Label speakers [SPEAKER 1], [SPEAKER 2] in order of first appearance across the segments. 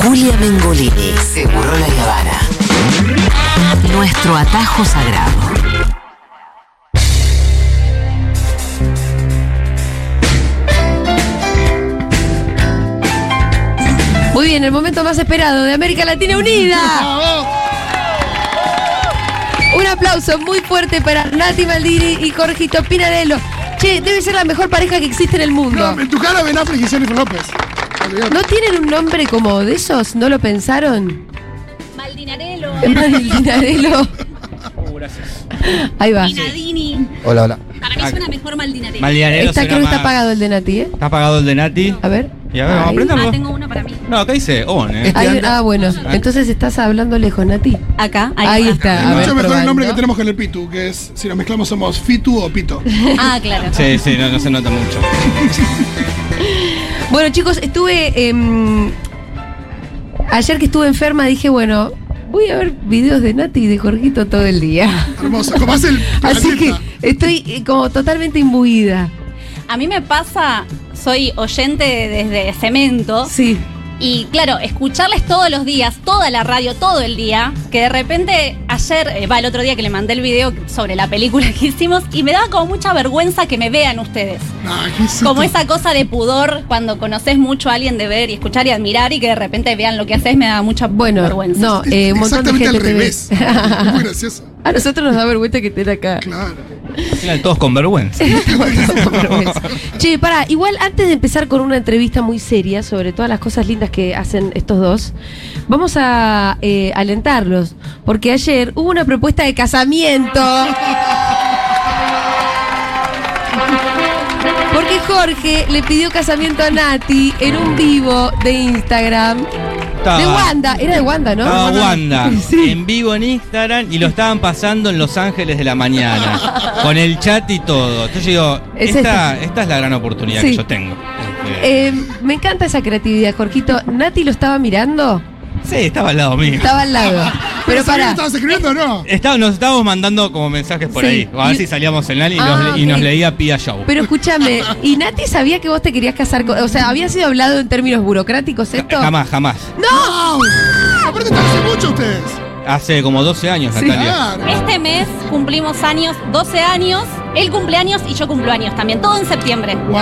[SPEAKER 1] Julia Mengolini. Seguro la Habana. Nuestro atajo sagrado.
[SPEAKER 2] Muy bien, el momento más esperado de América Latina Unida. Un aplauso muy fuerte para Nati Maldini y Jorgito Pinarello. Che, debe ser la mejor pareja que existe en el mundo.
[SPEAKER 3] No, en tu cara Ben Affleck y Jennifer López. Olvídate.
[SPEAKER 2] ¿No tienen un nombre como de esos? ¿No lo pensaron?
[SPEAKER 4] Maldinarello,
[SPEAKER 2] Ah, Marilyn Pinarello. Ahí va.
[SPEAKER 4] Pinadini.
[SPEAKER 5] Hola, hola.
[SPEAKER 4] Para mí suena mejor Maldinarello.
[SPEAKER 6] Maldianero
[SPEAKER 2] Esta creo que está apagado el de Nati, ¿eh?
[SPEAKER 6] Está apagado el de Nati.
[SPEAKER 2] A ver.
[SPEAKER 6] Y a ver, vamos a
[SPEAKER 2] Ahí.
[SPEAKER 6] aprender.
[SPEAKER 4] ah, tengo uno para mí.
[SPEAKER 6] No, acá dice on, eh.
[SPEAKER 2] Ahí- ah, bueno. Entonces estás hablando lejos, Nati.
[SPEAKER 4] Acá,
[SPEAKER 2] Ahí está. A ver,
[SPEAKER 3] Mucho mejor el
[SPEAKER 2] probando.
[SPEAKER 3] nombre que tenemos con el Pitu, que es si lo mezclamos somos Fitu o Pito.
[SPEAKER 4] Ah, claro.
[SPEAKER 6] Sí, sí, no, no se nota mucho.
[SPEAKER 2] Bueno, chicos, estuve. em, ayer que estuve enferma dije, bueno, voy a ver videos de Nati y de Jorgito todo el día.
[SPEAKER 3] Hermoso. Como hace el
[SPEAKER 2] Así que
[SPEAKER 3] planeta.
[SPEAKER 2] estoy eh, como totalmente imbuida.
[SPEAKER 4] A mí me pasa, soy oyente de- desde Cemento.
[SPEAKER 2] Sí.
[SPEAKER 4] Y claro, escucharles todos los días, toda la radio, todo el día, que de repente ayer, eh, va el otro día que le mandé el video sobre la película que hicimos, y me daba como mucha vergüenza que me vean ustedes.
[SPEAKER 3] Nah, ¿qué es
[SPEAKER 4] Como
[SPEAKER 3] esto?
[SPEAKER 4] esa cosa de pudor cuando conoces mucho a alguien de ver y escuchar y admirar y que de repente vean lo que haces, me da mucha
[SPEAKER 2] Bueno,
[SPEAKER 4] vergüenza.
[SPEAKER 2] no, eh, un montón de
[SPEAKER 3] Exactamente
[SPEAKER 2] gente
[SPEAKER 3] al
[SPEAKER 2] te ve.
[SPEAKER 3] revés. Es muy gracioso.
[SPEAKER 2] A nosotros nos da vergüenza que estén acá.
[SPEAKER 3] Claro.
[SPEAKER 6] Claro, todos con vergüenza.
[SPEAKER 2] Che, pará, igual antes de empezar con una entrevista muy seria sobre todas las cosas lindas que hacen estos dos, vamos a eh, alentarlos, porque ayer hubo una propuesta de casamiento. Porque Jorge le pidió casamiento a Nati en un vivo de Instagram.
[SPEAKER 6] Estaba-
[SPEAKER 2] De Wanda, era de Wanda, ¿no?
[SPEAKER 6] Estaba Wanda
[SPEAKER 2] Sí.
[SPEAKER 6] en vivo en Instagram y lo estaban pasando en Los Ángeles de la mañana, con el chat y todo. Entonces yo digo,
[SPEAKER 2] Es
[SPEAKER 6] esta, esta es la gran oportunidad
[SPEAKER 2] Sí.
[SPEAKER 6] que yo tengo. Eh,
[SPEAKER 2] Eh, me encanta esa creatividad, Jorgito. Nati lo estaba mirando,
[SPEAKER 6] sí, estaba al lado mío.
[SPEAKER 2] estaba al lado. Pero
[SPEAKER 3] ¿Pero sabías que
[SPEAKER 2] pará.
[SPEAKER 3] estabas escribiendo o no?
[SPEAKER 6] Está- nos estábamos mandando como mensajes por
[SPEAKER 2] Sí.
[SPEAKER 6] ahí. A ver si salíamos en la y,
[SPEAKER 2] Ah,
[SPEAKER 6] nos, y nos
[SPEAKER 2] ok.
[SPEAKER 6] leía Pia Show.
[SPEAKER 2] Pero escúchame, ¿y Nati sabía que vos te querías casar con.? O sea, ¿había sido hablado en términos burocráticos esto?
[SPEAKER 6] Jamás, jamás.
[SPEAKER 3] ¡No! Aparte están hace mucho ustedes.
[SPEAKER 6] Hace como 12 años,
[SPEAKER 2] Sí. Ah.
[SPEAKER 6] Natalia.
[SPEAKER 3] Claro.
[SPEAKER 4] Este mes cumplimos años, 12 años, él cumpleaños y yo cumpleaños también, todo en septiembre.
[SPEAKER 3] Wow.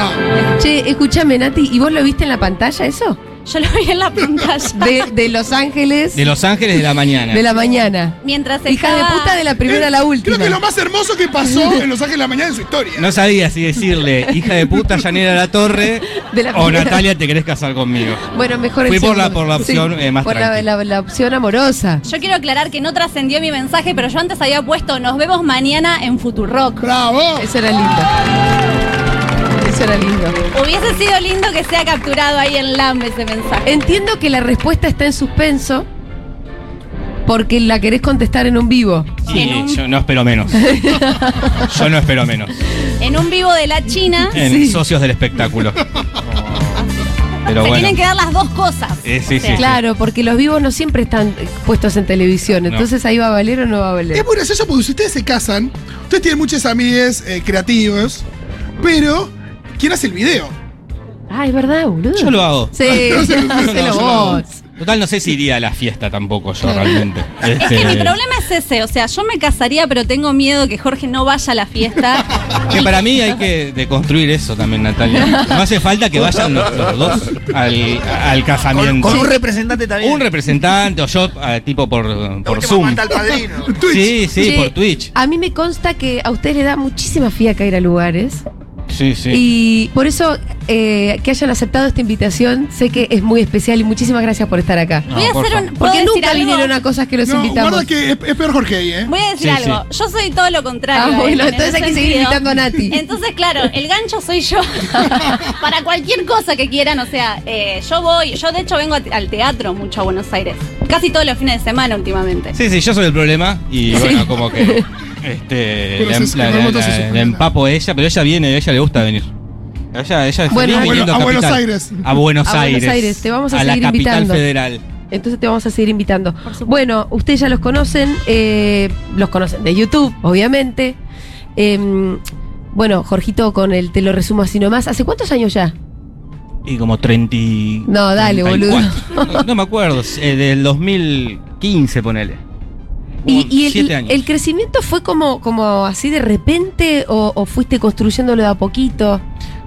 [SPEAKER 2] Che, escúchame, Nati, ¿y vos lo viste en la pantalla eso?
[SPEAKER 4] Yo lo vi en la pantalla.
[SPEAKER 2] De, de Los Ángeles
[SPEAKER 6] De Los Ángeles de la mañana.
[SPEAKER 2] de la mañana.
[SPEAKER 4] Mientras
[SPEAKER 2] Hija de
[SPEAKER 4] estaba-
[SPEAKER 2] puta de la primera a la última.
[SPEAKER 3] Creo que es lo más hermoso que pasó en Los Ángeles de la Mañana en su historia.
[SPEAKER 6] No sabía si decirle, hija de puta, Yanira La Torre,
[SPEAKER 2] De la
[SPEAKER 6] o
[SPEAKER 2] primera.
[SPEAKER 6] Natalia, te querés casar conmigo.
[SPEAKER 2] Bueno, mejor el
[SPEAKER 6] Fui por la-
[SPEAKER 2] segundo.
[SPEAKER 6] por la opción, eh, más
[SPEAKER 2] Por la,
[SPEAKER 6] tranqui.
[SPEAKER 2] la- la opción amorosa.
[SPEAKER 4] Yo quiero aclarar que no trascendió mi mensaje, pero yo antes había puesto nos vemos mañana en Futurock.
[SPEAKER 3] ¡Bravo!
[SPEAKER 2] Eso era lindo. Eso era lindo.
[SPEAKER 4] Hubiese sido lindo que sea capturado ahí en LAM ese mensaje.
[SPEAKER 2] Entiendo que la respuesta está en suspenso porque la querés contestar en un vivo.
[SPEAKER 4] En
[SPEAKER 6] Y
[SPEAKER 4] un-
[SPEAKER 6] yo no espero menos. Yo no espero menos.
[SPEAKER 4] En un vivo de la China
[SPEAKER 6] En
[SPEAKER 2] Sí.
[SPEAKER 6] Socios del Espectáculo. Pero
[SPEAKER 4] se
[SPEAKER 6] bueno.
[SPEAKER 4] tienen que dar las dos cosas.
[SPEAKER 6] Eh, sí,
[SPEAKER 4] O sea,
[SPEAKER 6] sí.
[SPEAKER 2] Claro, porque los vivos no siempre están eh, puestos en televisión,
[SPEAKER 6] No.
[SPEAKER 2] entonces ahí va a valer o no va a valer.
[SPEAKER 3] Es muy gracioso porque si ustedes se casan, ustedes tienen muchas amigas eh, creativas, pero ¿quién hace el video?
[SPEAKER 2] Ah, es verdad, boludo.
[SPEAKER 6] Yo lo hago.
[SPEAKER 2] Sí,
[SPEAKER 6] Yo lo hago, yo
[SPEAKER 2] hacelo
[SPEAKER 6] lo hago.
[SPEAKER 2] vos.
[SPEAKER 6] Total, no sé si iría a la fiesta tampoco yo realmente. Este,
[SPEAKER 4] Es que
[SPEAKER 6] eh.
[SPEAKER 4] mi problema es ese, o sea, yo me casaría, pero tengo miedo que Jorge no vaya a la fiesta.
[SPEAKER 6] Que para mí hay que deconstruir eso también, Natalia. No hace falta que vayan los, los dos al, al
[SPEAKER 7] Con,
[SPEAKER 6] casamiento.
[SPEAKER 7] con un representante también.
[SPEAKER 6] Un representante o yo, ah, tipo por, por
[SPEAKER 7] Última
[SPEAKER 6] Zoom.
[SPEAKER 7] manda al padrino.
[SPEAKER 3] Twitch.
[SPEAKER 6] Sí, sí,
[SPEAKER 2] Che,
[SPEAKER 6] por Twitch.
[SPEAKER 2] A mí me consta que a ustedes les da muchísima fiaca ir a lugares.
[SPEAKER 6] Sí, sí.
[SPEAKER 2] Y por eso eh, que hayan aceptado esta invitación, sé que es muy especial y muchísimas gracias por estar acá.
[SPEAKER 6] No,
[SPEAKER 4] Voy a
[SPEAKER 6] por
[SPEAKER 4] hacer
[SPEAKER 6] favor.
[SPEAKER 4] un. ¿puedo
[SPEAKER 2] Porque
[SPEAKER 4] decir
[SPEAKER 2] nunca
[SPEAKER 4] algo?
[SPEAKER 2] vinieron a cosas que los
[SPEAKER 3] No,
[SPEAKER 2] invitamos.
[SPEAKER 3] guarda que es, es peor Jorge ahí, ¿eh?
[SPEAKER 4] Voy a decir
[SPEAKER 6] Sí,
[SPEAKER 4] algo. Yo soy todo lo contrario.
[SPEAKER 2] Ah,
[SPEAKER 4] a él,
[SPEAKER 2] bueno,
[SPEAKER 4] en
[SPEAKER 2] entonces
[SPEAKER 4] ese
[SPEAKER 2] hay que seguir
[SPEAKER 4] sentido.
[SPEAKER 2] invitando a Nati.
[SPEAKER 4] Entonces, claro, el gancho soy yo. Para cualquier cosa que quieran, o sea, eh, yo voy. Yo, de hecho, vengo a- al teatro mucho a Buenos Aires. Casi todos los fines de semana últimamente.
[SPEAKER 6] Sí, sí, yo soy el problema y bueno, como que este,
[SPEAKER 3] Pero
[SPEAKER 6] la,
[SPEAKER 3] se-
[SPEAKER 6] la-
[SPEAKER 3] el
[SPEAKER 6] la-
[SPEAKER 3] remoto
[SPEAKER 6] la-
[SPEAKER 3] se supera.
[SPEAKER 6] la empapo ella, pero ella viene, a ella le gusta venir. A Ella, ella está
[SPEAKER 2] Bueno,
[SPEAKER 6] bien
[SPEAKER 2] Bueno,
[SPEAKER 6] viniendo
[SPEAKER 3] a Buenos
[SPEAKER 6] capital.
[SPEAKER 3] Aires.
[SPEAKER 6] A Buenos
[SPEAKER 2] A Buenos
[SPEAKER 6] Aires.
[SPEAKER 2] Aires, te vamos a
[SPEAKER 6] la
[SPEAKER 2] seguir
[SPEAKER 6] capital
[SPEAKER 2] invitando.
[SPEAKER 6] federal.
[SPEAKER 2] Entonces te vamos a seguir invitando.
[SPEAKER 4] supuesto.
[SPEAKER 2] Bueno, ustedes ya los conocen, eh, los conocen de YouTube, obviamente. Em, Eh, bueno, Jorgito, con el te lo resumo así nomás. ¿Hace cuántos años ya?
[SPEAKER 6] Y como 30. y-
[SPEAKER 2] No, dale,
[SPEAKER 6] 34. No, no me acuerdo, eh, del 2015, ponele.
[SPEAKER 2] Y, y el,
[SPEAKER 6] Siete años.
[SPEAKER 2] el crecimiento fue como, como así de repente o, o fuiste construyéndolo de a poquito.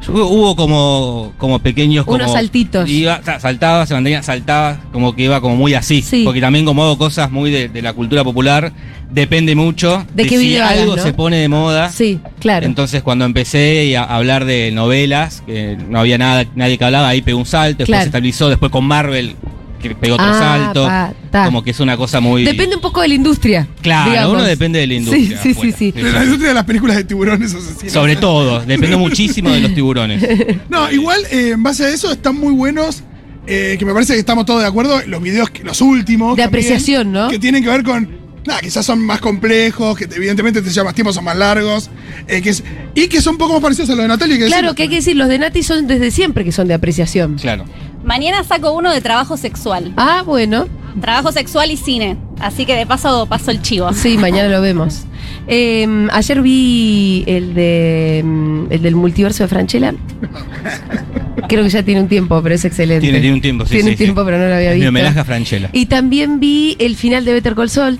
[SPEAKER 6] Hubo- Hubo como, como pequeños como-
[SPEAKER 2] Unos saltitos.
[SPEAKER 6] Iba, sa- saltaba, se mantenía, saltaba, como que iba como muy así.
[SPEAKER 2] Sí.
[SPEAKER 6] Porque también como hago cosas muy de, de la cultura popular, depende mucho
[SPEAKER 2] De qué
[SPEAKER 6] si
[SPEAKER 2] video hagas,
[SPEAKER 6] algo
[SPEAKER 2] ¿no?
[SPEAKER 6] se pone de moda.
[SPEAKER 2] Sí, claro.
[SPEAKER 6] Ah. Entonces cuando empecé y a- a hablar de novelas, que no había nada, nadie que hablaba, ahí pegó un salto, después
[SPEAKER 2] Claro.
[SPEAKER 6] se estabilizó, después con Marvel que pegó otro
[SPEAKER 2] Ah,
[SPEAKER 6] salto.
[SPEAKER 2] pa, ta.
[SPEAKER 6] Como que es una cosa muy...
[SPEAKER 2] Depende un poco de la industria.
[SPEAKER 6] Claro,
[SPEAKER 2] digamos.
[SPEAKER 6] uno depende de la industria.
[SPEAKER 2] Sí, sí, sí, sí.
[SPEAKER 6] bueno,
[SPEAKER 3] De la industria de las películas de tiburones asesinos.
[SPEAKER 6] Sobre todo, depende muchísimo de los tiburones.
[SPEAKER 3] No, igual, eh, en base a eso, están muy buenos. eh, que me parece que estamos todos de acuerdo. Los videos, que- los últimos.
[SPEAKER 2] De apreciación, ¿no?
[SPEAKER 3] Que tienen que ver con. Nada, quizás son más complejos, que te- evidentemente te llevan más tiempo, son más largos. eh, que es- y que son un poco más parecidos a los de Natalia. Que
[SPEAKER 2] Claro,
[SPEAKER 3] decimos.
[SPEAKER 2] que hay que decir, los de Nati son desde siempre que son de apreciación.
[SPEAKER 6] Claro.
[SPEAKER 4] Mañana saco uno de trabajo sexual.
[SPEAKER 2] Ah, bueno.
[SPEAKER 4] Trabajo sexual y cine. Así que de paso paso el chivo.
[SPEAKER 2] Sí, mañana lo vemos. Eh, ayer vi el de mm, el del multiverso de Franchella. Creo que ya tiene un tiempo, pero es excelente.
[SPEAKER 6] Tiene, tiene un tiempo, sí.
[SPEAKER 2] Tiene
[SPEAKER 6] sí,
[SPEAKER 2] un
[SPEAKER 6] sí.
[SPEAKER 2] tiempo, pero no lo había
[SPEAKER 6] Es Mi
[SPEAKER 2] visto.
[SPEAKER 6] homenaje a Franchella.
[SPEAKER 2] Y también vi el final de Better Call Saul.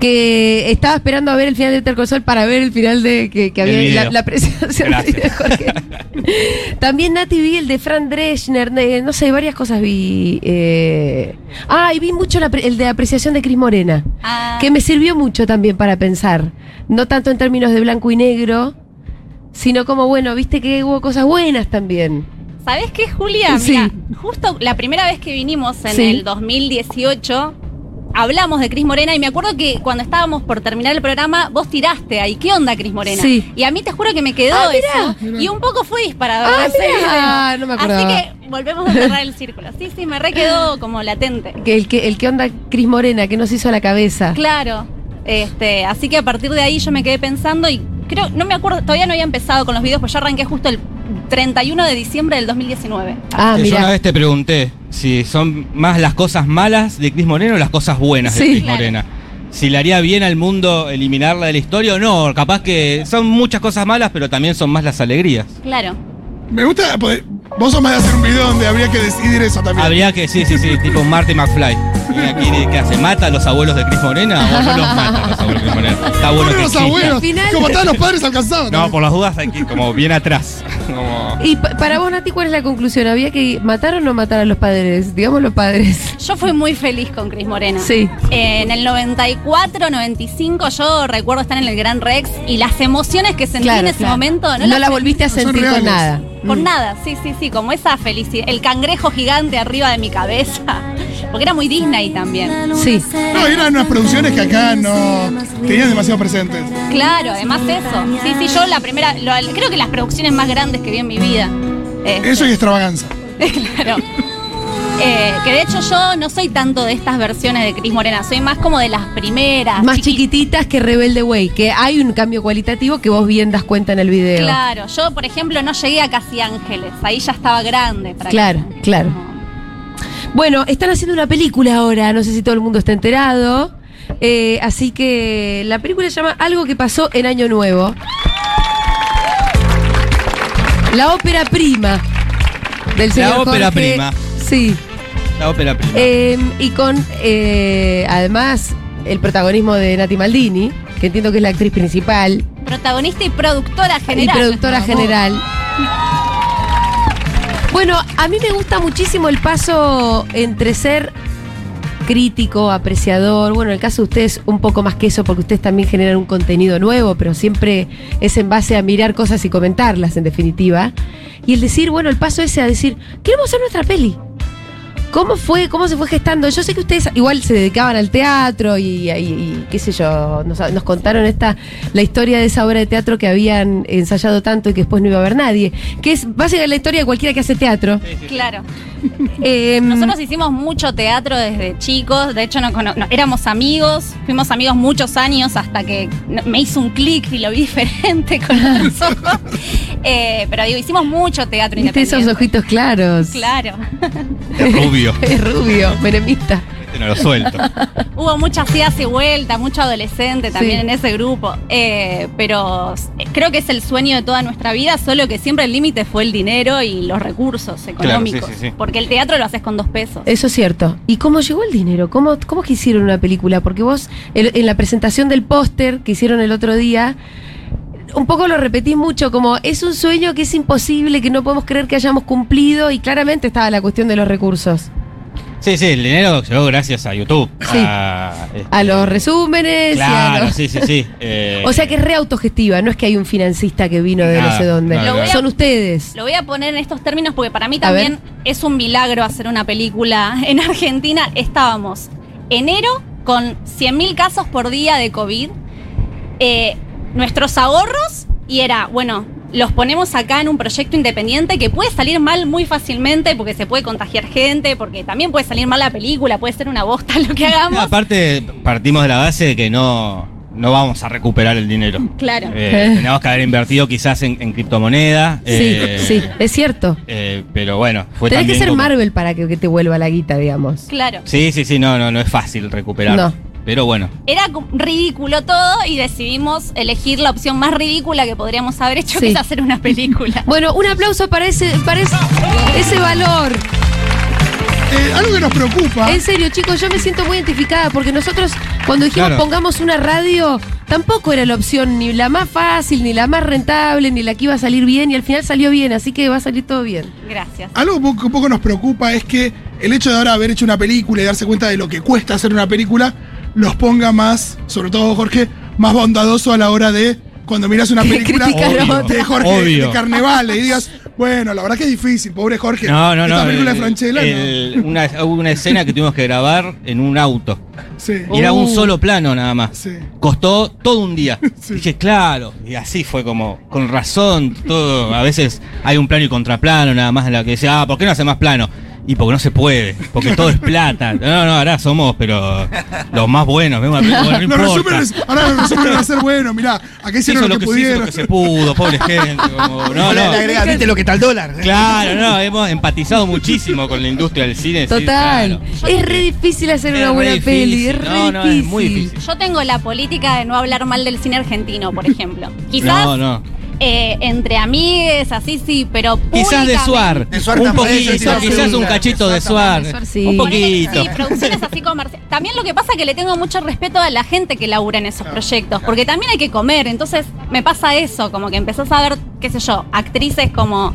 [SPEAKER 2] Que estaba esperando a ver el final de Better Call Saul para ver el final de que, que
[SPEAKER 6] El
[SPEAKER 2] había
[SPEAKER 6] video.
[SPEAKER 2] la, la presentación
[SPEAKER 6] Gracias.
[SPEAKER 2] de Jorge. también Nati vi el de Fran Dreschner, de- no sé, varias cosas vi. eh. Ah, y vi mucho la pre- el de apreciación de Cris Morena,
[SPEAKER 4] Ah,
[SPEAKER 2] que me sirvió mucho también para pensar. No tanto en términos de blanco y negro, sino como, bueno, viste que hubo cosas buenas también.
[SPEAKER 4] ¿Sabés qué, Julia?
[SPEAKER 2] Sí.
[SPEAKER 4] Mira, justo la primera vez que vinimos en
[SPEAKER 2] Sí.
[SPEAKER 4] el 2018, hablamos de Cris Morena y me acuerdo que cuando estábamos por terminar el programa, vos tiraste ahí, ¿qué onda Cris Morena?
[SPEAKER 2] Sí.
[SPEAKER 4] Y a mí te juro que me quedó
[SPEAKER 2] Ah,
[SPEAKER 4] eso.
[SPEAKER 2] mirá.
[SPEAKER 4] Y un poco fue disparador.
[SPEAKER 2] Ah,
[SPEAKER 4] ese
[SPEAKER 2] mirá.
[SPEAKER 4] video.
[SPEAKER 2] No me acordaba.
[SPEAKER 4] Así que volvemos a cerrar el círculo. Sí, sí, me re quedó como latente.
[SPEAKER 2] Que el que, el que onda Cris Morena, que nos hizo la cabeza.
[SPEAKER 4] Claro. Este, así que a partir de ahí yo me quedé pensando y creo, no me acuerdo, todavía no había empezado con los videos, pues yo arranqué justo el 31 de diciembre del 2019.
[SPEAKER 2] Ah,
[SPEAKER 6] Que yo una
[SPEAKER 2] mira.
[SPEAKER 6] vez te pregunté si son más las cosas malas de Cris Morena o las cosas buenas
[SPEAKER 2] Sí.
[SPEAKER 6] de Cris
[SPEAKER 4] Claro.
[SPEAKER 6] Morena. Si le haría bien al mundo eliminarla de la historia o no, capaz que son muchas cosas malas, pero también son más las alegrías.
[SPEAKER 4] Claro.
[SPEAKER 3] Me gusta. poder- vos sos más de hacer un video donde habría que decidir eso también.
[SPEAKER 6] Habría que, sí, sí, sí, tipo Marty McFly. Mira, ¿quiere- ¿Qué hace? ¿Mata a los abuelos de Cris Morena o no los mata a los abuelos de Cris Morena? Está bueno
[SPEAKER 3] Pobre
[SPEAKER 6] que
[SPEAKER 3] los
[SPEAKER 6] exista.
[SPEAKER 3] abuelos.
[SPEAKER 2] Al final-
[SPEAKER 3] Como estaban los padres alcanzados.
[SPEAKER 6] No,
[SPEAKER 3] también.
[SPEAKER 6] por las dudas hay que ir como bien atrás. Como-
[SPEAKER 2] Y pa- para vos, Nati, ¿cuál es la conclusión? ¿Había que matar o no matar a los padres? Digamos los padres.
[SPEAKER 4] Yo fui muy feliz con Cris Morena.
[SPEAKER 2] Sí.
[SPEAKER 4] Eh, en el 94, 95, yo recuerdo estar en el Gran Rex y las emociones que sentí en ese momento no,
[SPEAKER 2] no, la volviste a
[SPEAKER 3] son
[SPEAKER 2] sentir
[SPEAKER 3] reales.
[SPEAKER 2] con nada.
[SPEAKER 4] Con
[SPEAKER 2] Mm.
[SPEAKER 4] nada, sí, sí, sí, como esa felicidad. El cangrejo gigante arriba de mi cabeza. Porque era muy Disney también.
[SPEAKER 2] Sí.
[SPEAKER 3] No, eran unas producciones que acá no tenían demasiado presentes.
[SPEAKER 4] Claro, además eso. Sí, sí, yo la primera, lo- creo que las producciones más grandes que vi en mi vida. Este,
[SPEAKER 3] Eso y extravaganza.
[SPEAKER 4] Claro. Eh, que de hecho yo no soy tanto de estas versiones de Cris Morena, soy más como de las primeras.
[SPEAKER 2] Más
[SPEAKER 4] chiquitas.
[SPEAKER 2] chiquititas que Rebelde Way, que hay un cambio cualitativo que vos bien das cuenta en el video.
[SPEAKER 4] Claro, yo por ejemplo no llegué a Casi Ángeles, ahí ya estaba grande. Para
[SPEAKER 2] Claro,
[SPEAKER 4] Casi Ángeles,
[SPEAKER 2] claro.
[SPEAKER 4] como-
[SPEAKER 2] Bueno, están haciendo una película ahora, no sé si todo el mundo está enterado. Eh, así que la película se llama Algo que pasó en Año Nuevo. La ópera prima del
[SPEAKER 6] La
[SPEAKER 2] señor
[SPEAKER 6] ópera
[SPEAKER 2] Jorge.
[SPEAKER 6] prima.
[SPEAKER 2] Sí.
[SPEAKER 6] La ópera prima.
[SPEAKER 2] Eh, y con, eh, además, el protagonismo de Nati Maldini, que entiendo que es la actriz principal
[SPEAKER 4] Protagonista y productora general.
[SPEAKER 2] y productora
[SPEAKER 4] Vamos.
[SPEAKER 2] general. Bueno, a mí me gusta muchísimo el paso entre ser crítico, apreciador, bueno, en el caso de ustedes un poco más que eso, porque ustedes también generan un contenido nuevo, pero siempre es en base a mirar cosas y comentarlas, en definitiva. Y el decir, bueno, el paso ese a decir, queremos hacer nuestra peli. ¿Cómo fue? ¿Cómo se fue gestando? Yo sé que ustedes igual se dedicaban al teatro y, y- y qué sé yo, nos, nos contaron esta la historia de esa obra de teatro que habían ensayado tanto y que después no iba a ver nadie, que es básicamente la historia de cualquiera que hace teatro.
[SPEAKER 4] Claro.
[SPEAKER 2] Eh,
[SPEAKER 4] Nosotros hicimos mucho teatro desde chicos, de hecho no, cono- no, éramos amigos, fuimos amigos muchos años hasta que no- me hizo un clic y lo vi diferente con los ojos. Eh, pero digo, hicimos mucho teatro
[SPEAKER 2] ¿Viste esos
[SPEAKER 4] independiente.
[SPEAKER 2] ojitos claros?
[SPEAKER 4] Claro.
[SPEAKER 6] Rubio.
[SPEAKER 2] Es rubio, menemista.
[SPEAKER 6] Este no lo suelto.
[SPEAKER 4] Hubo muchas idas y vueltas, mucho adolescente también
[SPEAKER 2] Sí.
[SPEAKER 4] en ese grupo. Eh, pero s- creo que es el sueño de toda nuestra vida, solo que siempre el límite fue el dinero y los recursos económicos.
[SPEAKER 6] sí, sí.
[SPEAKER 4] Porque el teatro lo haces con dos pesos.
[SPEAKER 2] Eso es cierto. ¿Y cómo llegó el dinero? ¿Cómo, cómo es que hicieron una película? Porque vos, el- en la presentación del póster que hicieron el otro día, un poco lo repetís mucho, como es un sueño que es imposible, que no podemos creer que hayamos cumplido, y claramente estaba la cuestión de los recursos.
[SPEAKER 6] Sí, sí, el dinero llegó gracias a YouTube.
[SPEAKER 2] Sí.
[SPEAKER 6] A, este,
[SPEAKER 2] A los resúmenes. y a
[SPEAKER 6] Claro,
[SPEAKER 2] los-
[SPEAKER 6] sí, sí, sí. Eh,
[SPEAKER 2] O sea que es re autogestiva, no es que hay un financista que vino de no
[SPEAKER 6] Nada,
[SPEAKER 2] sé dónde.
[SPEAKER 6] nada,
[SPEAKER 4] Lo voy a-
[SPEAKER 2] Son ustedes.
[SPEAKER 4] Lo voy a poner en estos términos porque para mí
[SPEAKER 2] A ver.
[SPEAKER 4] también es un milagro hacer una película en Argentina. Estábamos enero con 100.000 casos por día de COVID, eh, nuestros ahorros y era, bueno, los ponemos acá en un proyecto independiente que puede salir mal muy fácilmente porque se puede contagiar gente, porque también puede salir mal la película, puede ser una bosta lo que
[SPEAKER 6] no,
[SPEAKER 4] hagamos.
[SPEAKER 6] aparte, partimos de la base de que no, no vamos a recuperar el dinero.
[SPEAKER 4] Claro.
[SPEAKER 6] Eh, Tenemos que haber invertido quizás en, en criptomonedas. eh,
[SPEAKER 2] sí, sí, es cierto.
[SPEAKER 6] eh, pero bueno, fue
[SPEAKER 2] Tenés que
[SPEAKER 6] también
[SPEAKER 2] ser
[SPEAKER 6] como-
[SPEAKER 2] Marvel para que, que te vuelva la guita, digamos.
[SPEAKER 4] Claro.
[SPEAKER 6] Sí, sí, sí, no, no, no es fácil recuperar.
[SPEAKER 2] No.
[SPEAKER 6] Pero bueno,
[SPEAKER 4] Era como ridículo todo y decidimos elegir la opción más ridícula que podríamos haber hecho,
[SPEAKER 2] Sí.
[SPEAKER 4] que es hacer una película.
[SPEAKER 2] Bueno, un aplauso para ese, para ese, ese valor.
[SPEAKER 3] Eh, algo que nos preocupa.
[SPEAKER 2] En serio, chicos, yo me siento muy identificada porque nosotros cuando dijimos
[SPEAKER 6] Claro.
[SPEAKER 2] pongamos una radio, tampoco era la opción ni la más fácil, ni la más rentable, ni la que iba a salir bien, y al final salió bien, así que va a salir todo bien.
[SPEAKER 4] Gracias.
[SPEAKER 3] Algo po- que un poco nos preocupa es que el hecho de ahora haber hecho una película y darse cuenta de lo que cuesta hacer una película los ponga más, sobre todo Jorge, más bondadoso a la hora de cuando miras una película
[SPEAKER 2] criticar a
[SPEAKER 6] otro.
[SPEAKER 3] de Jorge
[SPEAKER 6] Obvio.
[SPEAKER 3] de Carnevale y digas, bueno, la verdad que es difícil, pobre Jorge.
[SPEAKER 6] no, no, no.
[SPEAKER 3] Esta película
[SPEAKER 6] el-
[SPEAKER 3] de Franchella,
[SPEAKER 6] el- una, hubo una escena que tuvimos que grabar en un auto.
[SPEAKER 3] no. Sí.
[SPEAKER 6] Y era un
[SPEAKER 2] Uh.
[SPEAKER 6] solo plano nada más.
[SPEAKER 3] Oh. Sí.
[SPEAKER 6] Costó todo un día.
[SPEAKER 3] Sí.
[SPEAKER 6] Dije, claro. Y así fue como, con razón, todo. A veces hay un plano y contraplano nada más en la que dice, ah, ¿por qué no hace más plano? Y porque no se puede, porque todo es plata. No, no, ahora somos, pero los más buenos. vemos la película, no
[SPEAKER 3] Los
[SPEAKER 6] importa.
[SPEAKER 3] resúmenes, ahora los resúmenes van a ser buenos, mirá, acá
[SPEAKER 6] Se hizo
[SPEAKER 3] hicieron
[SPEAKER 6] lo que, se hizo, lo
[SPEAKER 3] pudieron.
[SPEAKER 6] que se pudo, pobre gente. como, no,
[SPEAKER 5] Le- le
[SPEAKER 6] no.
[SPEAKER 5] agrega, viste lo que está el dólar.
[SPEAKER 6] Claro, no, hemos empatizado muchísimo con la industria del cine. sí,
[SPEAKER 2] Total.
[SPEAKER 6] claro.
[SPEAKER 2] Es re difícil hacer
[SPEAKER 6] Es
[SPEAKER 2] una
[SPEAKER 6] re
[SPEAKER 2] buena
[SPEAKER 6] difícil,
[SPEAKER 2] peli, es re
[SPEAKER 6] no, no,
[SPEAKER 2] difícil.
[SPEAKER 6] es muy difícil.
[SPEAKER 4] Yo tengo la política de no hablar mal del cine argentino, por ejemplo. Quizás
[SPEAKER 6] No, no.
[SPEAKER 4] eh, entre amigues, así sí, pero
[SPEAKER 6] Quizás de
[SPEAKER 4] públicamente-
[SPEAKER 6] Suar.
[SPEAKER 5] De Suar
[SPEAKER 6] un
[SPEAKER 5] tampoco,
[SPEAKER 6] poquito,
[SPEAKER 5] eso te iba a
[SPEAKER 6] quizás un
[SPEAKER 5] preguntar.
[SPEAKER 6] cachito
[SPEAKER 5] De
[SPEAKER 6] de Suar.
[SPEAKER 2] tampoco, de Suar sí.
[SPEAKER 6] Un
[SPEAKER 4] Ponele,
[SPEAKER 6] poquito.
[SPEAKER 4] Sí, producciones así comerciales. También lo que pasa es que le tengo mucho respeto a la gente que labura en esos proyectos, porque también hay que comer. Entonces me pasa eso, como que empezás a ver, qué sé yo, actrices como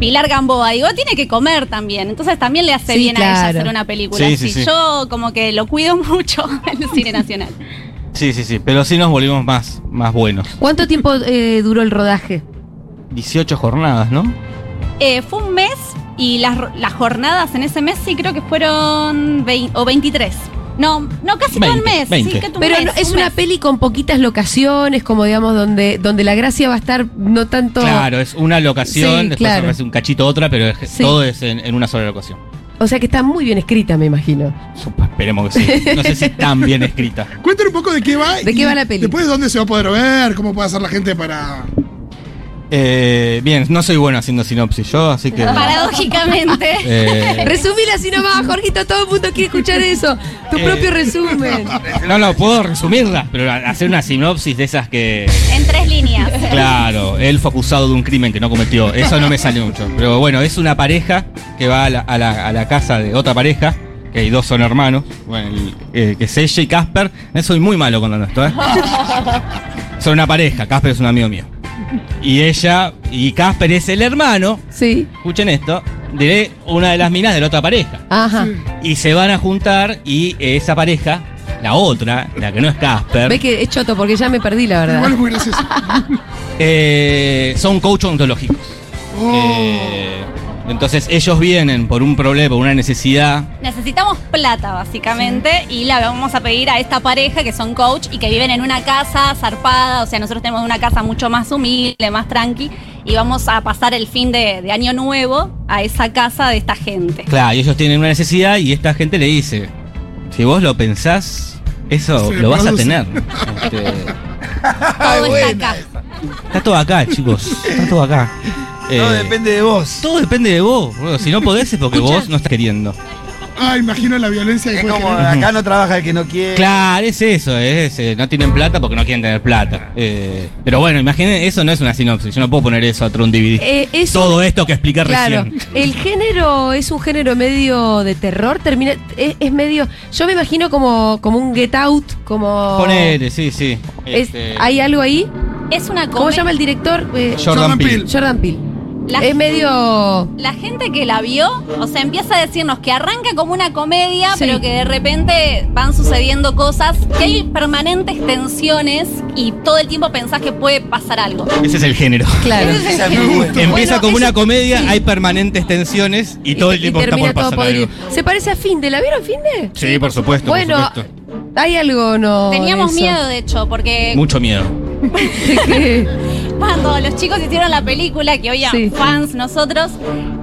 [SPEAKER 4] Pilar Gamboa. Digo, tiene que comer también. Entonces también le hace
[SPEAKER 2] Sí,
[SPEAKER 4] bien a
[SPEAKER 2] claro.
[SPEAKER 4] ella hacer una película.
[SPEAKER 6] Sí, sí,
[SPEAKER 4] Así,
[SPEAKER 6] sí.
[SPEAKER 4] Yo como que lo cuido mucho el cine nacional.
[SPEAKER 6] Sí, sí, sí. Pero sí nos volvimos más, más buenos.
[SPEAKER 2] ¿Cuánto tiempo eh, duró el rodaje?
[SPEAKER 6] 18 jornadas, ¿no?
[SPEAKER 4] Eh, fue un mes y las, ro- las jornadas en ese mes sí creo que fueron vein- o 23. No, no, casi todo el
[SPEAKER 6] 20,
[SPEAKER 4] mes.
[SPEAKER 6] 20.
[SPEAKER 4] Sí, que tu
[SPEAKER 2] Pero
[SPEAKER 4] mes,
[SPEAKER 2] no- es
[SPEAKER 4] un
[SPEAKER 2] una
[SPEAKER 4] mes.
[SPEAKER 2] peli con poquitas locaciones, como digamos, donde, donde la gracia va a estar no tanto.
[SPEAKER 6] Claro, es una locación,
[SPEAKER 2] Sí,
[SPEAKER 6] después
[SPEAKER 2] claro.
[SPEAKER 6] aparece un cachito otra, pero es-
[SPEAKER 2] Sí.
[SPEAKER 6] todo es en, en una sola locación.
[SPEAKER 2] O sea que está muy bien escrita, me imagino.
[SPEAKER 6] Esperemos que sí. No sé si tan bien escrita.
[SPEAKER 3] Cuéntanos un poco de qué va.
[SPEAKER 2] ¿De
[SPEAKER 3] y
[SPEAKER 2] qué va la peli?
[SPEAKER 3] Después dónde se va a poder ver, cómo puede hacer la gente para.
[SPEAKER 6] Eh, bien, no soy bueno haciendo sinopsis yo, así que.
[SPEAKER 4] Paradójicamente.
[SPEAKER 6] eh,
[SPEAKER 2] Resumila así nomás, Jorgito, todo el mundo quiere escuchar eso. Tu
[SPEAKER 6] Eh.
[SPEAKER 2] propio resumen.
[SPEAKER 6] no, no, puedo resumirla, pero a- hacer una sinopsis de esas que.
[SPEAKER 4] En tres líneas.
[SPEAKER 6] Claro, él fue acusado de un crimen que no cometió. Eso no me sale mucho. Pero bueno, es una pareja que va a la, a la- a la casa de otra pareja, que hay dos son hermanos, bueno, el- eh, que es ella y Casper. Eh, Soy muy malo con esto, ¿eh? Son una pareja, Casper es un amigo mío. Y ella, y Casper es el hermano,
[SPEAKER 2] Sí.
[SPEAKER 6] escuchen esto, de una de las minas de la otra pareja.
[SPEAKER 2] Ajá.
[SPEAKER 6] Y se van a juntar y esa pareja, la otra, la que no es Casper,
[SPEAKER 2] Ve que es choto porque ya me perdí, la
[SPEAKER 3] Igual es
[SPEAKER 2] verdad.
[SPEAKER 3] muy gracioso.
[SPEAKER 6] Eh, son coach ontológicos.
[SPEAKER 3] Oh.
[SPEAKER 6] Eh, entonces ellos vienen por un problema, por una necesidad.
[SPEAKER 4] Necesitamos plata, básicamente, y la vamos a pedir a esta pareja que son coach y que viven en una casa zarpada. O sea, nosotros tenemos una casa mucho más humilde, más tranqui, y vamos a pasar el fin de, de año nuevo a esa casa de esta gente.
[SPEAKER 6] Claro, y ellos tienen una necesidad y esta gente le dice, si vos lo pensás, eso
[SPEAKER 3] Se
[SPEAKER 6] lo vas a
[SPEAKER 3] produce.
[SPEAKER 6] tener. Este,
[SPEAKER 4] Todo
[SPEAKER 5] buena
[SPEAKER 4] está acá.
[SPEAKER 6] está todo acá, chicos. Está todo acá. Eh,
[SPEAKER 5] No depende de vos.
[SPEAKER 6] Todo depende de vos. boludo. Si no podés es porque vos no estás queriendo.
[SPEAKER 3] Ah, imagino la violencia que
[SPEAKER 5] Es
[SPEAKER 3] puede
[SPEAKER 5] como
[SPEAKER 3] generar.
[SPEAKER 5] acá no trabaja el que no quiere.
[SPEAKER 6] Claro, es eso, es, eh, no tienen plata porque no quieren tener plata. Eh, pero bueno, imaginen, eso no es una sinopsis, yo no puedo poner eso atrás de un DVD.
[SPEAKER 2] Eh, es
[SPEAKER 6] Todo esto que expliqué
[SPEAKER 2] Claro,
[SPEAKER 6] recién.
[SPEAKER 2] el género es un género medio de terror, termina es, es medio, yo me imagino como, como un Get Out, como
[SPEAKER 6] Ponele, sí, sí.
[SPEAKER 2] es-
[SPEAKER 6] Este,
[SPEAKER 2] hay algo ahí.
[SPEAKER 4] Es
[SPEAKER 2] ¿Cómo
[SPEAKER 4] una
[SPEAKER 2] se
[SPEAKER 4] comedia.
[SPEAKER 2] llama el director? Eh,
[SPEAKER 6] Jordan,
[SPEAKER 3] Jordan
[SPEAKER 6] Peele.
[SPEAKER 3] Peele.
[SPEAKER 2] Jordan Peele.
[SPEAKER 4] La-
[SPEAKER 2] es medio
[SPEAKER 4] La gente que la vio, o sea, empieza a decirnos que arranca como una comedia,
[SPEAKER 2] Sí.
[SPEAKER 4] pero que de repente van sucediendo cosas, que hay permanentes tensiones y todo el tiempo pensás que puede pasar algo.
[SPEAKER 6] Ese es el género.
[SPEAKER 2] claro.
[SPEAKER 4] Ese es el
[SPEAKER 5] Esa me
[SPEAKER 4] género.
[SPEAKER 5] gusta.
[SPEAKER 6] Empieza
[SPEAKER 2] Bueno,
[SPEAKER 6] como
[SPEAKER 2] eso-
[SPEAKER 6] una comedia,
[SPEAKER 2] sí.
[SPEAKER 6] hay permanentes tensiones y todo el tiempo está
[SPEAKER 2] termina
[SPEAKER 6] por pasar
[SPEAKER 2] todo
[SPEAKER 6] algo.
[SPEAKER 2] podrido. Se parece a Finde, ¿la vieron Finde?
[SPEAKER 6] Sí, por supuesto. por
[SPEAKER 2] bueno,
[SPEAKER 6] supuesto.
[SPEAKER 2] hay algo no. de
[SPEAKER 4] Teníamos
[SPEAKER 2] Oh, eso.
[SPEAKER 4] miedo, de hecho, porque
[SPEAKER 2] eh,
[SPEAKER 6] Mucho miedo.
[SPEAKER 2] De que-
[SPEAKER 4] cuando los chicos hicieron la película, que hoy eran
[SPEAKER 2] Sí.
[SPEAKER 4] fans nosotros,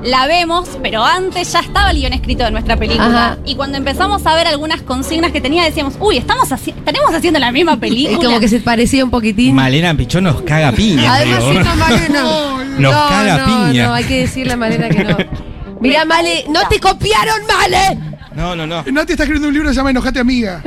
[SPEAKER 4] la vemos, pero antes ya estaba el guión escrito de nuestra película.
[SPEAKER 2] Ajá.
[SPEAKER 4] Y cuando empezamos a ver algunas consignas que tenía, decíamos, uy, estamos haci- estaremos haciendo la misma
[SPEAKER 2] es
[SPEAKER 4] película.
[SPEAKER 2] como que se parecía un poquitín.
[SPEAKER 6] Malena Pichón nos caga piña.
[SPEAKER 2] Además, sí, no, Male, no.
[SPEAKER 6] Nos caga
[SPEAKER 2] no,
[SPEAKER 6] piña.
[SPEAKER 2] No, hay que decir la manera que no. Mirá, Male, no te copiaron, Male.
[SPEAKER 6] no, no, no.
[SPEAKER 3] Nati está escribiendo un libro que se llama Enojate Amiga.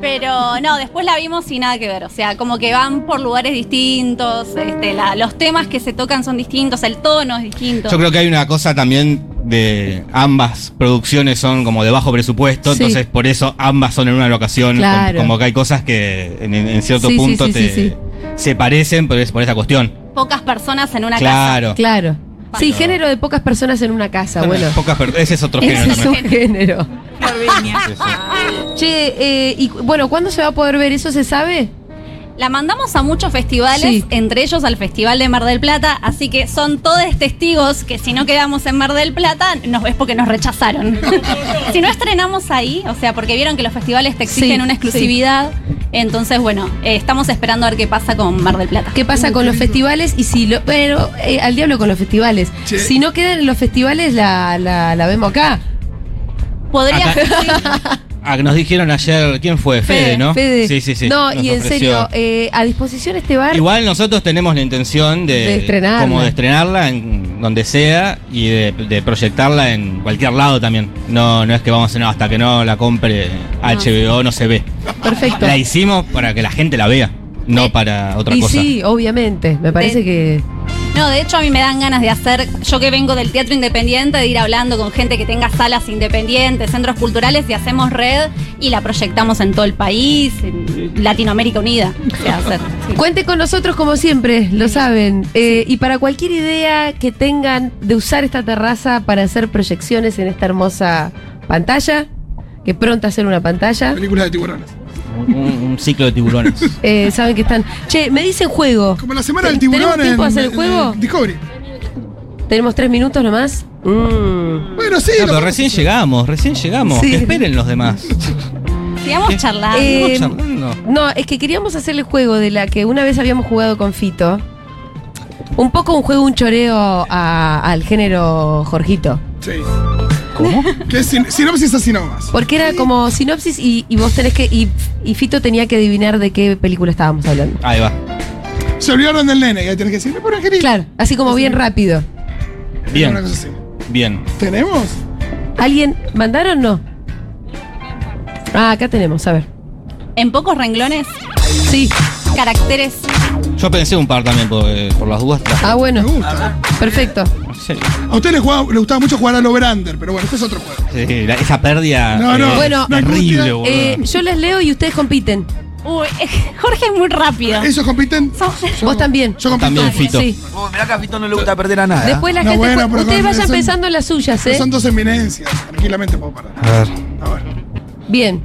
[SPEAKER 4] Pero no, después la vimos y nada que ver. O sea, como que van por lugares distintos, este, la- los temas que se tocan son distintos, el tono es distinto.
[SPEAKER 6] Yo creo que hay una cosa también de ambas producciones son como de bajo presupuesto,
[SPEAKER 2] Sí.
[SPEAKER 6] entonces por eso ambas son en una locación,
[SPEAKER 2] Claro.
[SPEAKER 6] como, como que hay cosas que en, en cierto
[SPEAKER 2] Sí, sí,
[SPEAKER 6] punto
[SPEAKER 2] sí,
[SPEAKER 6] te,
[SPEAKER 2] sí, sí.
[SPEAKER 6] se parecen, pero es por esa cuestión.
[SPEAKER 4] Pocas personas en una
[SPEAKER 6] claro.
[SPEAKER 2] Claro. Sí,
[SPEAKER 6] Bueno.
[SPEAKER 2] género de pocas personas en una casa, bueno.
[SPEAKER 6] Pocas per- ese es otro
[SPEAKER 2] Ese
[SPEAKER 6] género
[SPEAKER 2] es un
[SPEAKER 6] también.
[SPEAKER 2] género.
[SPEAKER 4] casa. Claro.
[SPEAKER 6] Sí, sí.
[SPEAKER 2] Che, eh, y cu- bueno, ¿cuándo se va a poder ver eso? ¿Se sabe?
[SPEAKER 4] La mandamos a muchos festivales,
[SPEAKER 2] Sí.
[SPEAKER 4] entre ellos al Festival de Mar del Plata, así que son todos testigos que si no quedamos en Mar del Plata, nos ves porque nos rechazaron. si no estrenamos ahí, o sea, porque vieron que los festivales te exigen
[SPEAKER 2] Sí,
[SPEAKER 4] una exclusividad, entonces bueno, eh, estamos esperando a ver qué pasa con Mar del Plata.
[SPEAKER 2] ¿Qué pasa con los festivales? Y si lo, pero eh, al diablo con los festivales.
[SPEAKER 3] Che.
[SPEAKER 2] Si no quedan en los festivales, la, la, la vemos acá.
[SPEAKER 4] Podría
[SPEAKER 6] Acá- Ah, que nos dijeron ayer, ¿quién fue? Fede,
[SPEAKER 4] Fede,
[SPEAKER 6] ¿no?
[SPEAKER 2] Fede.
[SPEAKER 6] Sí, sí, sí.
[SPEAKER 2] No,
[SPEAKER 6] Nos
[SPEAKER 2] y en serio,
[SPEAKER 6] ofreció.
[SPEAKER 2] eh, a disposición este bar.
[SPEAKER 6] Igual nosotros tenemos la intención de,
[SPEAKER 2] De estrenarla.
[SPEAKER 6] como de estrenarla en donde sea y de, de proyectarla en cualquier lado también. No, no es que vamos a hacer, no, hasta que no la compre HBO no se ve.
[SPEAKER 2] Perfecto.
[SPEAKER 6] La hicimos para que la gente la vea, no para otra
[SPEAKER 2] Eh, y
[SPEAKER 6] cosa.
[SPEAKER 2] sí, obviamente. Me parece
[SPEAKER 4] De-
[SPEAKER 2] que.
[SPEAKER 4] No, de hecho a mí me dan ganas de hacer, yo que vengo del teatro independiente, de ir hablando con gente que tenga salas independientes, centros culturales y hacemos red y la proyectamos en todo el país, en Latinoamérica Unida. O sea, hacer- sí.
[SPEAKER 2] Cuente con nosotros como siempre, lo saben. Eh, y para cualquier idea que tengan de usar esta terraza para hacer proyecciones en esta hermosa pantalla, que pronto hacer una pantalla,
[SPEAKER 3] Películas de tiburones.
[SPEAKER 6] Un, un ciclo de tiburones.
[SPEAKER 2] eh, saben que están. Che, me dicen juego.
[SPEAKER 3] Como la semana del
[SPEAKER 2] ¿Tenemos
[SPEAKER 3] tiburón en,
[SPEAKER 2] tiempo de hacer el
[SPEAKER 3] en
[SPEAKER 2] juego?
[SPEAKER 3] Discovery.
[SPEAKER 2] Tenemos tres minutos nomás. Mm.
[SPEAKER 3] Bueno, sí.
[SPEAKER 6] No,
[SPEAKER 3] lo-
[SPEAKER 6] pero recién llegamos, recién llegamos.
[SPEAKER 2] Sí.
[SPEAKER 6] Que esperen los demás.
[SPEAKER 4] Sigamos charlando.
[SPEAKER 2] Eh,
[SPEAKER 6] Estamos charlando.
[SPEAKER 2] No, es que queríamos hacer el juego de la que una vez habíamos jugado con Fito. Un poco un juego, un choreo a- al género Jorgito.
[SPEAKER 3] Sí. ¿Cómo? Que es sin- sinopsis así nomás.
[SPEAKER 2] Porque era como sinopsis y, y vos tenés que. Y, y Fito tenía que adivinar de qué película estábamos hablando.
[SPEAKER 6] Ahí va.
[SPEAKER 3] Se olvidaron del nene, que ahí tenés que decirle, por Angelina.
[SPEAKER 2] Claro, así como bien rápido.
[SPEAKER 3] Una
[SPEAKER 6] Bien,
[SPEAKER 3] cosa así.
[SPEAKER 6] bien.
[SPEAKER 3] ¿Tenemos?
[SPEAKER 2] ¿Alguien mandaron no? Ah, acá tenemos, a ver.
[SPEAKER 4] En pocos renglones,
[SPEAKER 2] Sí.
[SPEAKER 4] caracteres.
[SPEAKER 6] Yo pensé un par también por, por las dudas.
[SPEAKER 2] Ah,
[SPEAKER 3] Me
[SPEAKER 2] bueno.
[SPEAKER 3] gusta. ¿eh?
[SPEAKER 2] Perfecto.
[SPEAKER 6] Sí.
[SPEAKER 3] A usted le, jugaba- le gustaba mucho jugar al over-under, pero bueno, este es otro juego.
[SPEAKER 6] Sí, la- esa pérdida
[SPEAKER 3] No, no.
[SPEAKER 6] eh,
[SPEAKER 2] Bueno,
[SPEAKER 6] terrible,
[SPEAKER 3] angustia.
[SPEAKER 6] boludo.
[SPEAKER 2] Eh, yo les leo y ustedes compiten.
[SPEAKER 4] Uy, Jorge es muy rápido.
[SPEAKER 3] ¿Ellos compiten?
[SPEAKER 4] Son-
[SPEAKER 2] Vos también.
[SPEAKER 3] Yo compito.
[SPEAKER 6] También, Fito.
[SPEAKER 2] Sí.
[SPEAKER 5] Uy, mirá que a Fito no le gusta perder a nada.
[SPEAKER 2] Después la
[SPEAKER 3] No,
[SPEAKER 2] gente.
[SPEAKER 3] bueno,
[SPEAKER 2] cu-
[SPEAKER 3] pero
[SPEAKER 2] ustedes
[SPEAKER 3] con-
[SPEAKER 2] vayan
[SPEAKER 3] son-
[SPEAKER 2] pensando en las suyas, ¿eh?
[SPEAKER 3] Son dos eminencias. Tranquilamente puedo parar.
[SPEAKER 6] A ver.
[SPEAKER 3] A ver.
[SPEAKER 2] Bien.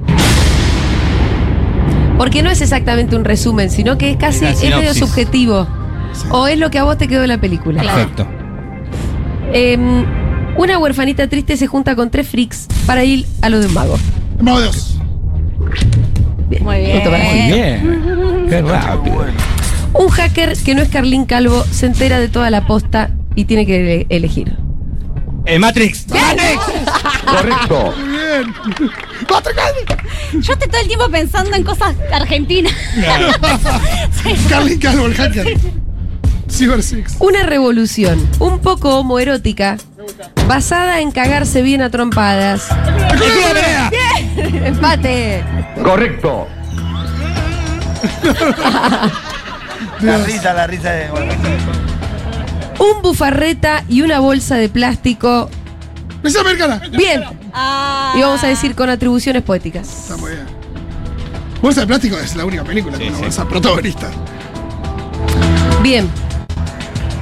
[SPEAKER 2] Porque no es exactamente un resumen, sino que es casi
[SPEAKER 6] Es
[SPEAKER 2] es
[SPEAKER 6] la
[SPEAKER 2] medio
[SPEAKER 6] sinopsis.
[SPEAKER 2] subjetivo. O es lo que a vos te quedó de la película.
[SPEAKER 6] Perfecto.
[SPEAKER 2] Eh, una huerfanita triste se junta con tres freaks para ir a lo de un mago.
[SPEAKER 3] Mago de Oz.
[SPEAKER 4] Muy bien.
[SPEAKER 2] Punto para Jorge.
[SPEAKER 6] Bien. Qué rápido.
[SPEAKER 2] Un hacker que no es Carlín Calvo se entera de toda la posta y tiene que ele- elegir.
[SPEAKER 6] Eh, Matrix.
[SPEAKER 7] Correcto.
[SPEAKER 3] Muy bien.
[SPEAKER 4] Yo estoy todo el tiempo pensando en cosas argentinas. Sí.
[SPEAKER 3] Carlin Calvo, el hacker. Cyber Six.
[SPEAKER 2] Una revolución un poco homoerótica Basada en cagarse bien a trompadas.
[SPEAKER 3] ¡Cultura Perea!
[SPEAKER 2] Empate.
[SPEAKER 7] Correcto.
[SPEAKER 5] La risa, la risa de.
[SPEAKER 2] Un bufarreta y una bolsa de plástico.
[SPEAKER 3] ¡Presión americana!
[SPEAKER 2] Bien.
[SPEAKER 4] Ah.
[SPEAKER 2] Y vamos a decir con atribuciones poéticas.
[SPEAKER 3] Está muy bien. Bolsa de plástico es la única película con una
[SPEAKER 6] sí.
[SPEAKER 3] bolsa protagonista.
[SPEAKER 2] Bien.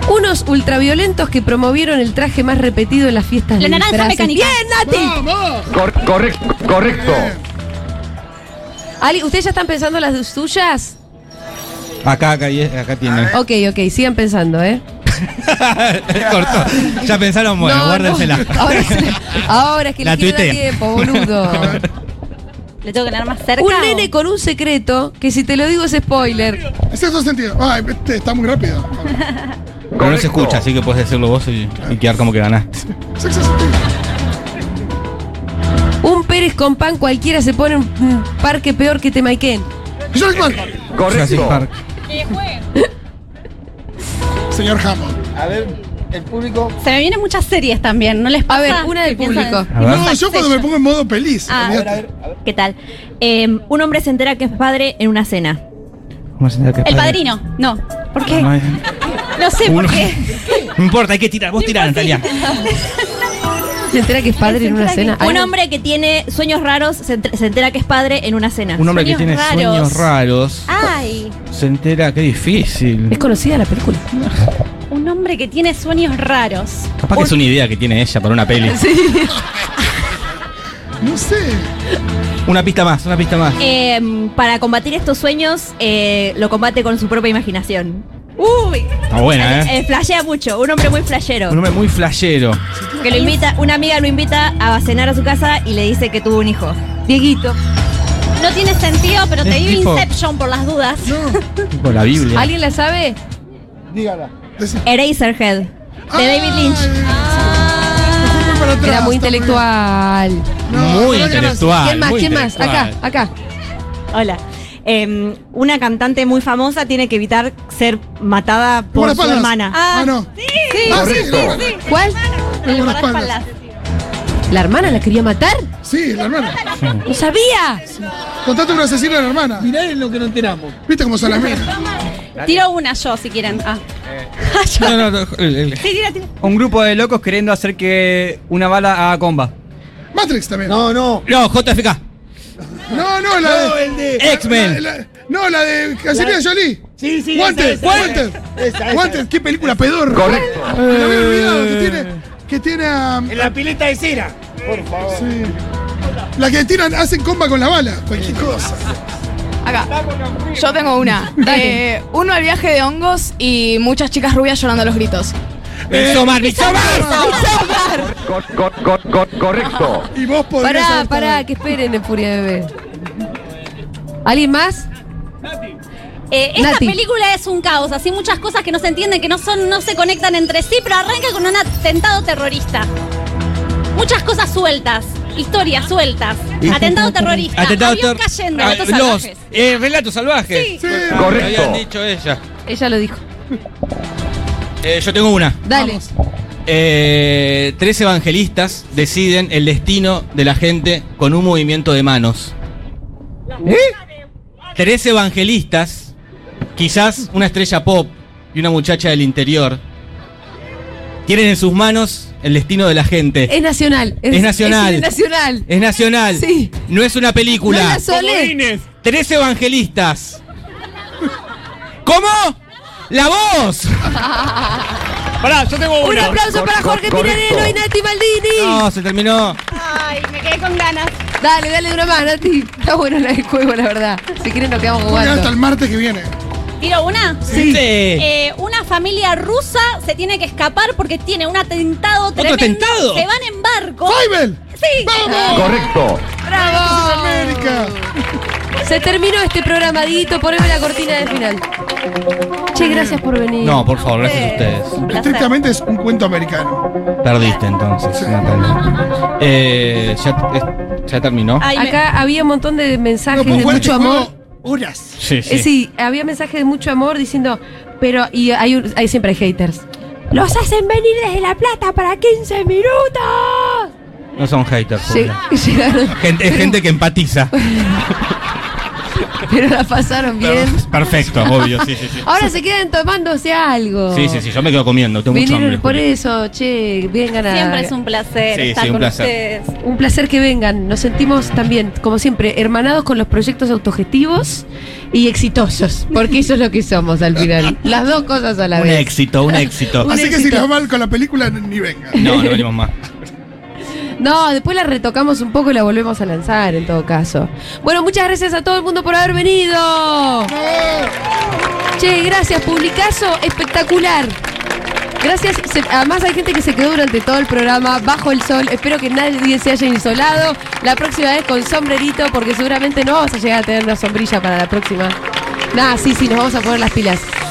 [SPEAKER 2] Unos ultraviolentos que promovieron el traje más repetido en las fiestas de
[SPEAKER 4] La naranja
[SPEAKER 2] disfraces.
[SPEAKER 4] mecánica.
[SPEAKER 2] ¡Bien, Nati!
[SPEAKER 3] ¡Vamos! Eh,
[SPEAKER 7] Cor- correcto. Correcto.
[SPEAKER 3] Bien.
[SPEAKER 2] Ali, ¿ustedes ya están pensando las de- suyas?
[SPEAKER 6] Acá, acá, y- acá tiene.
[SPEAKER 2] Ok, ok, sigan pensando, ¿eh?
[SPEAKER 6] Cortó. Ya pensaron, bueno,
[SPEAKER 2] No,
[SPEAKER 6] guárdensela.
[SPEAKER 2] no. Ahora, es, ahora es que
[SPEAKER 6] La
[SPEAKER 2] le queda
[SPEAKER 6] tuitea.
[SPEAKER 2] tiempo, boludo.
[SPEAKER 4] Le tengo que tener más cerca.
[SPEAKER 2] Un
[SPEAKER 4] o-
[SPEAKER 2] nene con un secreto que si te lo digo es spoiler.
[SPEAKER 3] Es eso sentido. Ay, este está muy rápido.
[SPEAKER 6] Pero no se escucha, así que puedes decirlo vos y, y quedar como que ganaste.
[SPEAKER 3] Sexo sentido.
[SPEAKER 2] Un Pérez con pan cualquiera se pone en un parque peor que Temaiken.
[SPEAKER 3] Jurassic Park.
[SPEAKER 6] Jurassic
[SPEAKER 7] Correcto.
[SPEAKER 6] Park.
[SPEAKER 3] Señor Hammond.
[SPEAKER 5] A ver, el público.
[SPEAKER 4] Se me vienen muchas series también, ¿no les
[SPEAKER 2] A
[SPEAKER 4] pasa?
[SPEAKER 2] ver, una del
[SPEAKER 4] que piensan-
[SPEAKER 2] público.
[SPEAKER 6] A ver.
[SPEAKER 3] No, yo cuando me pongo en modo feliz.
[SPEAKER 8] Ah.
[SPEAKER 3] olvídate.
[SPEAKER 8] ¿Qué tal? Eh, un hombre se entera que es padre en una cena.
[SPEAKER 6] Eh,
[SPEAKER 4] El padrino. No. ¿Por qué?
[SPEAKER 6] No
[SPEAKER 4] No,
[SPEAKER 6] hay-
[SPEAKER 4] sé por
[SPEAKER 6] Uno.
[SPEAKER 4] qué.
[SPEAKER 6] No importa, hay que tirar. Vos tirá, Natalia.
[SPEAKER 2] Se entera que es padre en una cena.
[SPEAKER 8] Un hombre que tiene sueños raros se, ent- se entera que es padre en una cena.
[SPEAKER 6] Un hombre que tiene
[SPEAKER 8] Sueños
[SPEAKER 6] sueños raros
[SPEAKER 4] Ah.
[SPEAKER 8] Ay,
[SPEAKER 6] se entera, qué
[SPEAKER 2] Es
[SPEAKER 6] difícil.
[SPEAKER 2] conocida la película.
[SPEAKER 4] Un hombre que tiene sueños raros.
[SPEAKER 6] Capaz que es una idea que tiene ella para una peli.
[SPEAKER 3] No sé.
[SPEAKER 6] Una pista más, una pista más.
[SPEAKER 8] em, para combatir estos sueños eh, lo combate con su propia imaginación. Uy,
[SPEAKER 6] Está buena, ¿eh?
[SPEAKER 8] Eh, flashea mucho, un hombre muy flashero.
[SPEAKER 6] Un hombre muy flashero.
[SPEAKER 8] Que lo invita, una amiga lo invita a cenar a su casa y le dice que tuvo un hijo. Dieguito.
[SPEAKER 4] No tiene sentido, pero te
[SPEAKER 6] Es
[SPEAKER 4] digo
[SPEAKER 6] tipo-
[SPEAKER 4] Inception por las dudas.
[SPEAKER 6] Tipo la Biblia.
[SPEAKER 2] ¿Alguien la sabe?
[SPEAKER 5] Dígala.
[SPEAKER 3] Decí-
[SPEAKER 8] Eraserhead. De David Lynch.
[SPEAKER 2] Ah.
[SPEAKER 3] Ay, fui para atrás,
[SPEAKER 2] Era muy
[SPEAKER 3] está bien.
[SPEAKER 2] intelectual.
[SPEAKER 3] No,
[SPEAKER 6] muy
[SPEAKER 3] no, no, no.
[SPEAKER 6] intelectual.
[SPEAKER 2] ¿Quién más?
[SPEAKER 6] muy
[SPEAKER 2] ¿Quién más? Acá,
[SPEAKER 6] intelectual.
[SPEAKER 2] acá.
[SPEAKER 9] Hola. Em, una cantante muy famosa tiene que evitar ser matada por
[SPEAKER 3] Buenas
[SPEAKER 9] su
[SPEAKER 3] palmas.
[SPEAKER 9] hermana.
[SPEAKER 3] Ah, no.
[SPEAKER 4] Sí,
[SPEAKER 3] Ah, sí,
[SPEAKER 7] Correcto.
[SPEAKER 2] ¿Cuál?
[SPEAKER 3] Tengo unas
[SPEAKER 4] guardaespaldas.
[SPEAKER 3] palmas.
[SPEAKER 2] ¿La hermana la quería matar?
[SPEAKER 3] Sí, la hermana.
[SPEAKER 2] ¡No sabía!
[SPEAKER 3] Contate un asesino de la hermana.
[SPEAKER 5] Mirá en lo que nos enteramos.
[SPEAKER 3] ¿Viste cómo son las minas?
[SPEAKER 4] Tiro una yo si quieren. Ah.
[SPEAKER 6] No, no, no, el- el-
[SPEAKER 4] Sí, tira, tira.
[SPEAKER 10] Un grupo de locos queriendo hacer que una bala haga comba.
[SPEAKER 3] Matrix también.
[SPEAKER 5] No, no.
[SPEAKER 6] No, JFK.
[SPEAKER 3] No, no, la de.
[SPEAKER 5] No, el de.
[SPEAKER 6] X-Men.
[SPEAKER 3] la- la- no, la de Angelina Jolie.
[SPEAKER 5] Sí, sí.
[SPEAKER 3] Guantes,
[SPEAKER 5] esa, esa,
[SPEAKER 3] guantes.
[SPEAKER 5] esa, esa.
[SPEAKER 3] Guantes, qué película pedorra.
[SPEAKER 7] Correcto.
[SPEAKER 3] Me lo había olvidado que tiene. Que tiene um, a.
[SPEAKER 5] En la pileta de cera. Por favor.
[SPEAKER 3] Sí. La que tiran, hacen comba con la bala. Cualquier cosa.
[SPEAKER 11] Acá. Yo tengo una. Eh, uno al viaje de hongos y muchas chicas rubias llorando a los gritos.
[SPEAKER 6] Midsommar,
[SPEAKER 3] Eh,
[SPEAKER 6] Midsommar.
[SPEAKER 7] Cor- cor- cor- cor- correcto.
[SPEAKER 3] Y vos podrías.
[SPEAKER 2] Pará,
[SPEAKER 3] haber
[SPEAKER 2] pará,
[SPEAKER 3] estado-
[SPEAKER 2] que esperen en Furia Bebé. ¿Alguien más?
[SPEAKER 4] Eh, esta
[SPEAKER 2] Nati.
[SPEAKER 4] película es un caos, así muchas cosas que no se entienden, que no son, no se conectan entre sí, pero arranca con un atentado terrorista. Muchas cosas sueltas, historias sueltas. Atentado terrorista.
[SPEAKER 6] Atentado
[SPEAKER 4] avión
[SPEAKER 6] ter-
[SPEAKER 4] cayendo,
[SPEAKER 6] Ah,
[SPEAKER 4] gatos
[SPEAKER 6] los,
[SPEAKER 4] salvajes.
[SPEAKER 6] eh, relatos salvajes.
[SPEAKER 4] Sí.
[SPEAKER 3] Sí.
[SPEAKER 6] Ah,
[SPEAKER 7] Correcto.
[SPEAKER 6] lo habían dicho ella.
[SPEAKER 2] Ella lo dijo.
[SPEAKER 6] Eh, yo tengo una.
[SPEAKER 2] Dale.
[SPEAKER 6] Eh, tres evangelistas deciden el destino de la gente con un movimiento de manos.
[SPEAKER 2] ¿Eh?
[SPEAKER 6] Tres evangelistas, quizás una estrella pop y una muchacha del interior, tienen en sus manos el destino de la gente.
[SPEAKER 2] Es nacional.
[SPEAKER 6] Es nacional.
[SPEAKER 2] Es nacional.
[SPEAKER 6] Es nacional,
[SPEAKER 2] Sí.
[SPEAKER 6] no es una
[SPEAKER 2] No es
[SPEAKER 6] película.
[SPEAKER 2] la Sole.
[SPEAKER 6] Tres evangelistas. ¿Cómo? ¡La voz!
[SPEAKER 10] Pará, yo tengo
[SPEAKER 2] Un
[SPEAKER 10] una.
[SPEAKER 2] aplauso para
[SPEAKER 7] Cor-
[SPEAKER 2] Jorge
[SPEAKER 7] correcto.
[SPEAKER 2] Pinarello y Nati Maldini.
[SPEAKER 6] No, se terminó.
[SPEAKER 4] Ay, me quedé con ganas.
[SPEAKER 2] Dale, dale una más, Nati. Está bueno la del juego, la verdad. Si quieren nos quedamos
[SPEAKER 3] Voy a hasta el
[SPEAKER 2] jugando.
[SPEAKER 3] martes que viene.
[SPEAKER 4] ¿Tiro una?
[SPEAKER 6] Sí.
[SPEAKER 4] Eh, una familia rusa se tiene que escapar porque tiene un atentado
[SPEAKER 6] ¿Otro
[SPEAKER 4] tremendo.
[SPEAKER 6] atentado?
[SPEAKER 4] Se van en barco.
[SPEAKER 3] ¡Fable!
[SPEAKER 4] Sí. Ah,
[SPEAKER 3] ¡Vamos!
[SPEAKER 7] Correcto.
[SPEAKER 2] ¡Bravo!
[SPEAKER 5] Oh,
[SPEAKER 3] América.
[SPEAKER 2] Se terminó este programadito. Poneme la cortina de final. Che, gracias por venir.
[SPEAKER 6] No, por favor, gracias a ustedes.
[SPEAKER 3] Estrictamente es un cuento americano.
[SPEAKER 6] Perdiste entonces, Natalia. Eh, ya, eh, ya terminó.
[SPEAKER 8] Ay, me-
[SPEAKER 2] Acá había un montón de
[SPEAKER 3] No,
[SPEAKER 2] mensajes
[SPEAKER 3] pues
[SPEAKER 2] de
[SPEAKER 3] jugar este
[SPEAKER 2] mucho amor.
[SPEAKER 3] juego Horas.
[SPEAKER 6] Sí,
[SPEAKER 2] Eh, Sí. había mensajes de mucho amor diciendo, pero y hay, un- hay siempre haters. ¡Los hacen venir desde La Plata para 15 minutos!
[SPEAKER 6] No son haters.
[SPEAKER 2] Lleg-
[SPEAKER 6] Julia.
[SPEAKER 2] llegaron,
[SPEAKER 6] Gente, es gente que empatiza.
[SPEAKER 2] pero la pasaron bien.
[SPEAKER 6] Perfecto, obvio, sí, sí, sí.
[SPEAKER 2] Ahora se quedan tomándose algo.
[SPEAKER 6] Sí, sí, sí, yo me quedo comiendo, tengo mucho
[SPEAKER 2] Vinieron
[SPEAKER 6] hambre.
[SPEAKER 2] por
[SPEAKER 6] Julia.
[SPEAKER 2] eso, che, vengan a.
[SPEAKER 4] Siempre es un placer
[SPEAKER 6] Sí,
[SPEAKER 4] estar
[SPEAKER 6] sí, un
[SPEAKER 4] con
[SPEAKER 6] placer.
[SPEAKER 4] ustedes.
[SPEAKER 2] Un placer que vengan. Nos sentimos también, como siempre, hermanados con los proyectos autogestivos y exitosos, porque eso es lo que somos al final. Las dos cosas a la
[SPEAKER 6] Un
[SPEAKER 2] vez.
[SPEAKER 6] éxito, un éxito.
[SPEAKER 3] Así que si
[SPEAKER 2] éxito.
[SPEAKER 3] les va mal con la película, ni venga.
[SPEAKER 6] No, no venimos más.
[SPEAKER 2] No, después la retocamos un poco y la volvemos a lanzar en todo caso. Bueno, muchas gracias a todo el mundo por haber venido. Che, gracias, publicazo espectacular. Gracias, se- además hay gente que se quedó durante todo el programa bajo el sol. Espero que nadie se haya insolado. La próxima vez con sombrerito, porque seguramente no vamos a llegar a tener una sombrilla para la próxima. Nada, sí, sí, nos vamos a poner las pilas.